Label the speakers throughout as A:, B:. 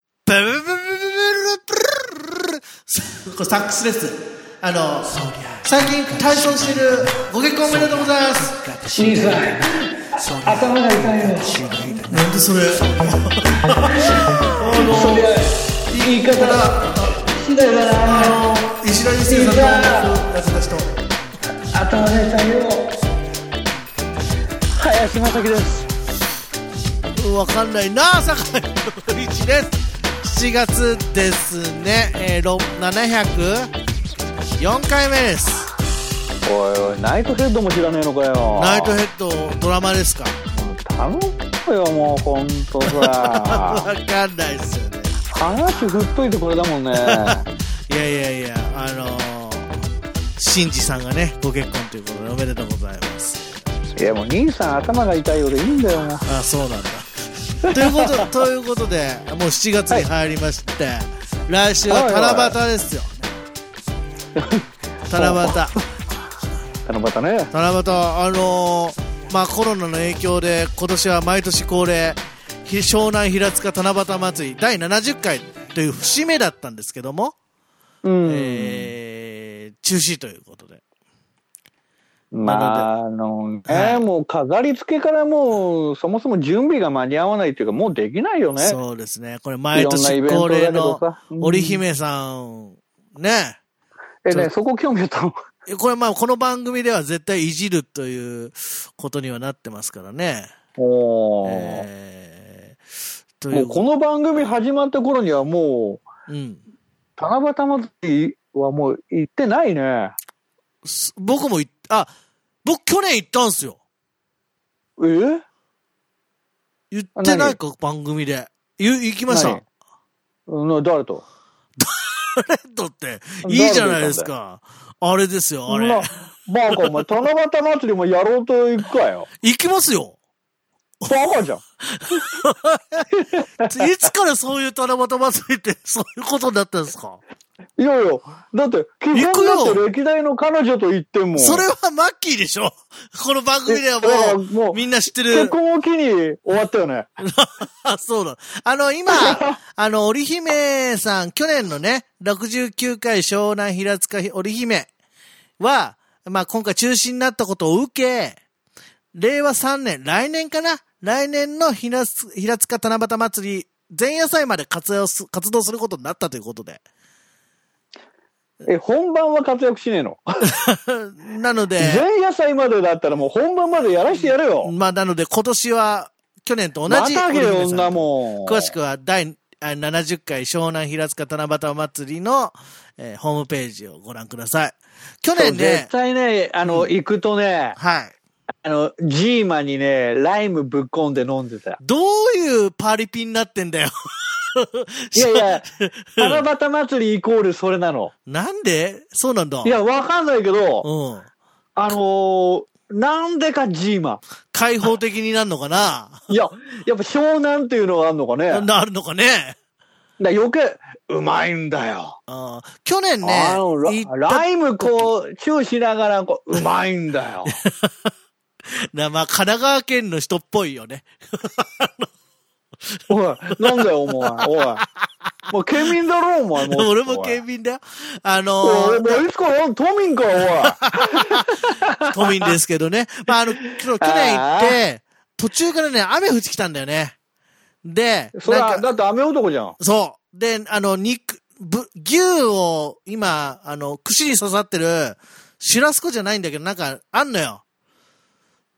A: ブルブルブルブルブル
B: これサックスです。あの、最近対象してるご結婚おめでとうございます。
C: 兄さん頭が痛いのそ
B: なんでそれ、
C: りゃ言い方次第だな
B: あの、石田一生さんのやつやってた人。
C: 頭が痛いよ林正樹です
B: うんわかんないなあ、坂井陽一です。7月ですね、えー、ろ704回目です。
C: おいおいナイトヘッドも知らねえのかよ
B: ナイトヘッドドラマですか
C: 頼むよもうほんとさ
B: わかんないっすよね。
C: 話振っといてこれだもんね
B: いやいやいや、あのー、シンジさんがね、ご結婚ということでおめでとうございます。
C: いやもう兄さん頭が痛いようでいいんだよもう
B: あ、そうなんだ。ということ、ということで、もう7月に入りまして、来週は七夕ですよ。七夕。
C: 頼またね
B: 七夕、あのーまあ、コロナの影響で今年は毎年恒例ひ湘南平塚七夕祭り第70回という節目だったんですけども、
C: うん、
B: えー中止ということで
C: まあ、あのね、もう飾り付けからもう、そもそも準備が間に合わないというか、もうできないよね。
B: そうですねこれ毎年恒例
C: いろんなイベントだけど
B: の
C: さうん
B: 織姫さんね
C: えね、そこ興味あったの
B: えこれまあこの番組では絶対いじるということにはなってますからね、
C: おー
B: えーとい
C: もう
B: う
C: この番組始まった頃にはもう、
B: うん、
C: 七夕祭りはもう行ってないね。
B: す僕も行っあ僕去年行ったんすよ
C: え
B: 言ってないか、番組で。ゆ行きました。
C: 何な誰と
B: レッドって、いいじゃないですか。あれですよ、あれ。
C: なバカ、お前、七夕祭りもやろうと行くか よ。
B: 行きますよ。
C: バカじゃん。
B: いつからそういう七夕祭りって、そういうことになったんですか
C: いやいや、だって、基
B: 行く
C: 本だ
B: よ
C: って歴代の彼女と行っても。
B: それはマッキーでしょ この番組では
C: えだから
B: もう、
C: もう、
B: みんな知って
C: 結
B: る。
C: 婚を機に終わったよね。
B: あ、そうだ。あの、 今、あの、織姫さん、去年のね、69回湘南平塚織姫は、まあ、今回中止になったことを受け、令和3年、来年かな来年の平塚平塚七夕祭り、前夜祭まで活動す活動することになったということで。
C: え、本番は活躍しねえの。
B: なので、
C: 前夜祭までだったらもう本番までやらしてやれよ。
B: まあ、なので今年は、去年と同
C: ま
B: じ。
C: たげよ、
B: 織姫さんと
C: 女もん。
B: 詳しくは第あ70回湘南平塚七夕祭りの、えーホームページをご覧ください。去
C: そう
B: 年ね
C: 絶、対ね、あの、行くとね、
B: はい。
C: あの、ジーマにね、ライムぶっこんで飲ん でた。
B: どういうパリピになってんだよ。
C: い やいや、七夕祭りイコールそれなの。
B: なんでそうなんだ。
C: いや、わかんないけど、
B: うん。
C: あのーなんでかジーマ。
B: 開放的になるのかな
C: いや、やっぱ湘南っていうのがあるのかね。だか
B: なるのかね
C: ら余計、うまいんだよ。
B: うん去年ね
C: あの、ラ
B: 行った
C: ライムこう、チューしながら、こう、うまいんだよ。
B: なまあ、神奈川県の人っぽいよね。
C: おい、なんだよ、お前、おい。もう県民だろ、お前、もう。
B: 俺も県民だよ。あのー
C: おい、もういつから、都民か、おい。
B: 都民ですけ どね。まあ、あの、そう去年行って、途中からね、雨降ってきたんだよね。で、
C: そり
B: な
C: ゃ、
B: ん
C: だ
B: か、
C: って雨男じゃん。
B: そう。で、あの、肉、ぶ、牛を、今、あの、串に刺さってる、シュラスコじゃないんだけど、なんか、あんのよ。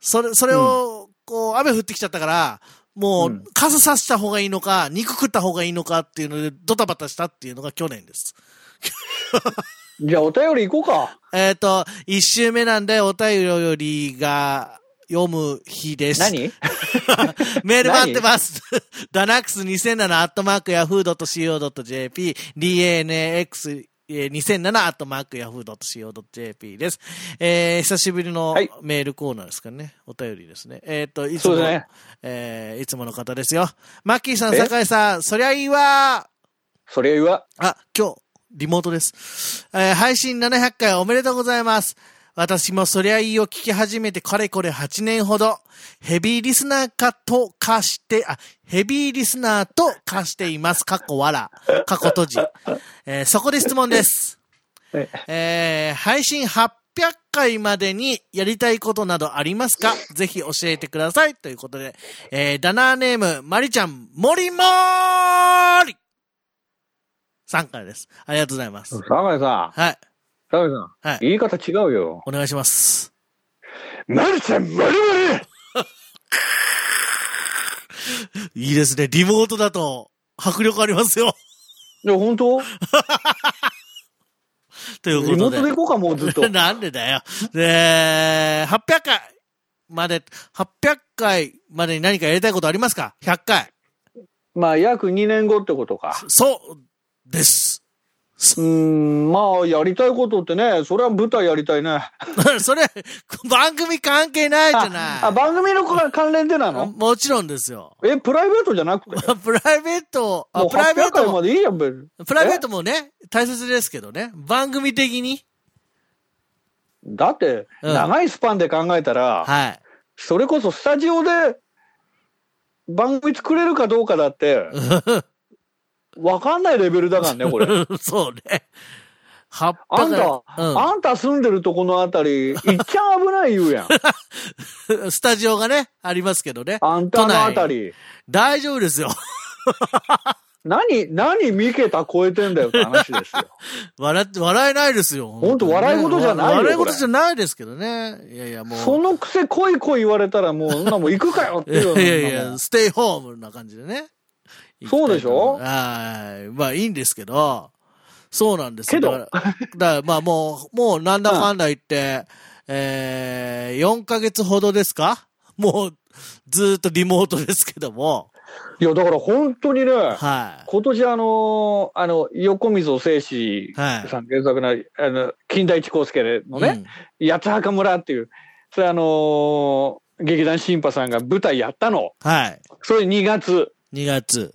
B: それ、それを、こう、雨降ってきちゃったから、も
C: う、
B: うん傘刺した方がいいのか、肉食った方がいいのかっていうので、ドタバタしたっていうのが去年です。
C: じゃあ、お便り行こうか。
B: えっ、と、一周目なんで、お便りよりが、読む日です。
C: 何
B: メール待ってます。ダナックス2007アットマークヤフー .co.jp、DANAX2007 アットマークヤフー .co.jp です。えー、久しぶりの
C: はい
B: メールコーナーですかね。お便りですね。えっ、と、いつ
C: そ
B: も、
C: うですね。
B: えーいつもの方ですよ。マッキーさん、
C: え
B: 酒井さん、そりゃいいわ
C: それは、
B: あ、今日、リモートです。えー配信700回おめでとうございます。私もそりゃいいを聞き始めてかれこれ8年ほど、ヘビーリスナーかと化して、あ、ヘビーリスナーと化しています。かっこわら。かっこ閉じ。えーそこで質問 です。
C: え
B: えー配信800回までにやりたいことなどありますかぜひ教えてください。ということで、えーダナーネーム、まりちゃん、もりもーりさんからです。ありがとうございます。
C: 坂井さん、
B: はい。
C: 坂井さん、
B: はい
C: 言い方違うよ。
B: お願いします。
C: マルちゃん、まるまる
B: いいですね。リモートだと迫力ありますよ。
C: いや、本当
B: という
C: リ
B: こ
C: モ
B: と
C: ートで行こうか、もうずっと。
B: なんでだよ。で、800回まで、800回までに何かやりたいことありますか ?100 回。
C: まあ、約2年後ってことか。
B: そうです。
C: うーん、まあ、やりたいことってね、それは舞台やりたいね。
B: それ、番組関係ないじゃない。
C: あ、番組の関連でなの
B: もちろんですよ。
C: え、プライベートじゃなくて
B: プライベート、あ
C: もう
B: プライベー
C: 800回
B: ト
C: ま
B: も、
C: でいいやん、別に
B: プライベートもね、大切ですけどね。番組的に。
C: だって、
B: うん
C: 長いスパンで考えたら、
B: はい。
C: それこそスタジオで番組作れるかどうかだ って、わかんないレベルだからね、これ。
B: そうね。800
C: あんた、
B: うん
C: あんた住んでるとこのあたり、いっちゃん危ない言うや ん。
B: スタジオがね、ありますけどね。
C: あんたのあたり。
B: 大丈夫ですよ。
C: 何、何見けた超えてんだよって話ですよ。
B: 笑って、笑えないですよ。
C: 本当笑い事じゃないよ
B: 笑い
C: これ
B: 事じゃないですけどね。いやい や、もう。
C: そのくせ来い来い言われたらもう、そんなもう行くかよって
B: い
C: い
B: や
C: うよう な。
B: いやいや、ステイホームな感じでね。
C: そうでしょ
B: はい。まあいいんですけど、そうなんですよ
C: けど
B: だから、だからまあもう、もうなんだかんだ言って、えー、4ヶ月ほどですかもう、ずーっとリモートですけども。
C: いや、だから本当にね、
B: は
C: 今年あのーあの、横溝正史
B: はい
C: さん原作の、あの、金田一耕助
B: い。
C: のね、
B: うん
C: 八つ墓村っていう、それあのー劇団新派さんが舞台やったの。
B: はい。
C: それ2月。
B: 2月。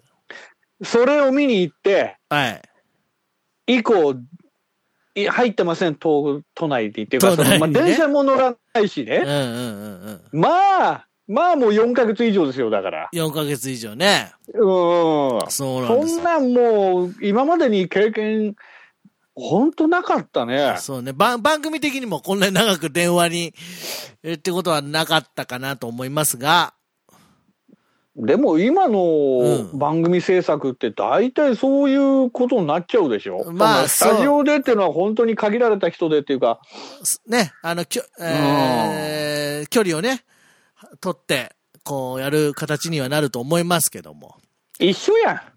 C: それを見に行って、
B: はい。
C: 以降、い入ってません、東都内にっていうか、
B: 都内にね
C: そのまあ電車も乗らないし
B: うん
C: ね。
B: うんうんうん。
C: まあ、まあもう4ヶ月以上ですよ、だから。
B: 4ヶ月以上ね。
C: うん。
B: そうなん
C: そ
B: です
C: ん。なんもう、今までに経験、ほんとなかったね。
B: そうね。番、番組的にもこんなに長く電話に、えってことはなかったかなと思いますが、
C: でも今の
B: うん
C: 番組制作って大体そういうことになっちゃうでしょ、
B: まあ
C: そのスタジオでっていうのは本当に限られた人でっていうか、
B: すね、あの、きょ、えー距離をね、取って、こうやる形にはなると思いますけども。
C: 一緒やん。
B: だか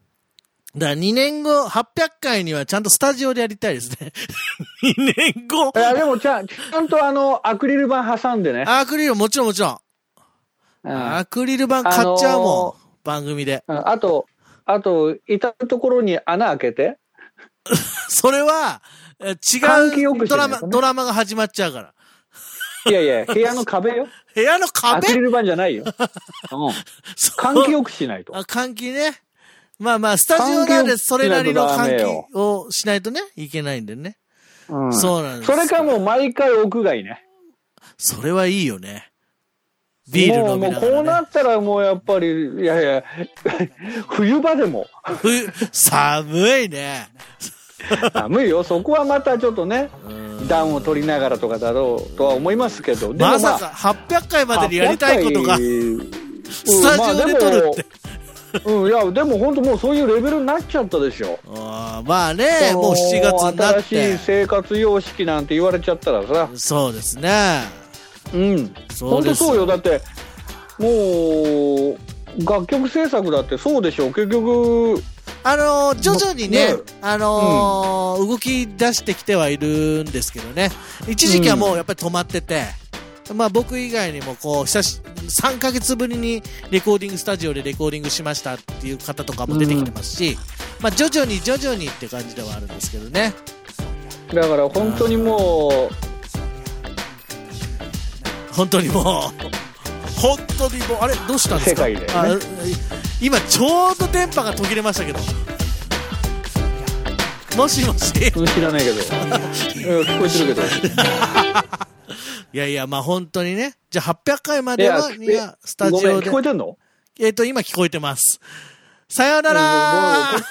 B: ら2年後、800回にはちゃんとスタジオでやりたいですね。2年後
C: いや、でもちゃん、ちゃんとあの、アクリル板挟んでね。
B: アクリルもちろんもちろん。
C: うん
B: アクリル板買っちゃうもん。
C: あの
B: 番組で。
C: うんあと、あと、至るところに穴開けて。
B: それは、え
C: 換気
B: 違
C: よく
B: う
C: しな
B: ドラ
C: いとね
B: マ、ドラマが始まっちゃうから。
C: いや いや、部屋の壁よ。
B: 部屋の
C: ア
B: 壁
C: クリル板じゃな いよ。うん。
B: そう
C: 換気よくしないと
B: あ、。換気ね。まあまあ、スタジオなんで、
C: 換気を
B: それなりの
C: しな
B: 換
C: いとダメよ
B: 気をしないとね、いけないんでね。
C: うん。そ
B: そうなんです。
C: れかもう毎回屋外ね。
B: それはいいよね。ビール飲みな
C: もうもうこう
B: がら、
C: な
B: ね。
C: ったらもうやっぱり、いやいや、 冬場でも
B: 冬、寒いね。
C: 寒いよ、そこはまたちょっとね、暖を取りながらとかだろうとは思いますけど、でも
B: まさか、800回までにやりたいことが、ス
C: ス
B: タジオで撮るって。。
C: うん、いや、でも本当もうそういうレベルになっちゃったでしょ。
B: あーまあね、もう7月になっ
C: 新
B: て
C: しい。生活様式なんて言われちゃったらさ、
B: そうですね。
C: うん、
B: そ
C: 本
B: うで
C: 当
B: す。
C: そうよ、だって、もう、楽曲制作だってそうでしょ、結局、
B: あのー徐々にね、
C: ね
B: あのー動き出してきてはいるんですけどね。一時期はもうやっぱり止まってて、まあ僕以外にもこう、久し、3ヶ月ぶりにレコーディングスタジオでレコーディングしましたっていう方とかも出てきてますし、まあ徐々に徐々にって感じではあるんですけどね。
C: だから本当にも
B: 本当にもう、本当にもう、あれどうしたんですか
C: 世界でね
B: あ今ちょうど電波が途切れましたけど。もしもし。
C: う、知らないけど、うん聞こえてるけど。
B: いやいや、まあ本当にね。じゃあ800回ま
C: い
B: で
C: や、
B: は、
C: 聞
B: い
C: こえ
B: やスタジオ
C: ごめん
B: で
C: 聞こ。えてんの
B: えっ、と、今聞こえてます。さよなら
C: うんもう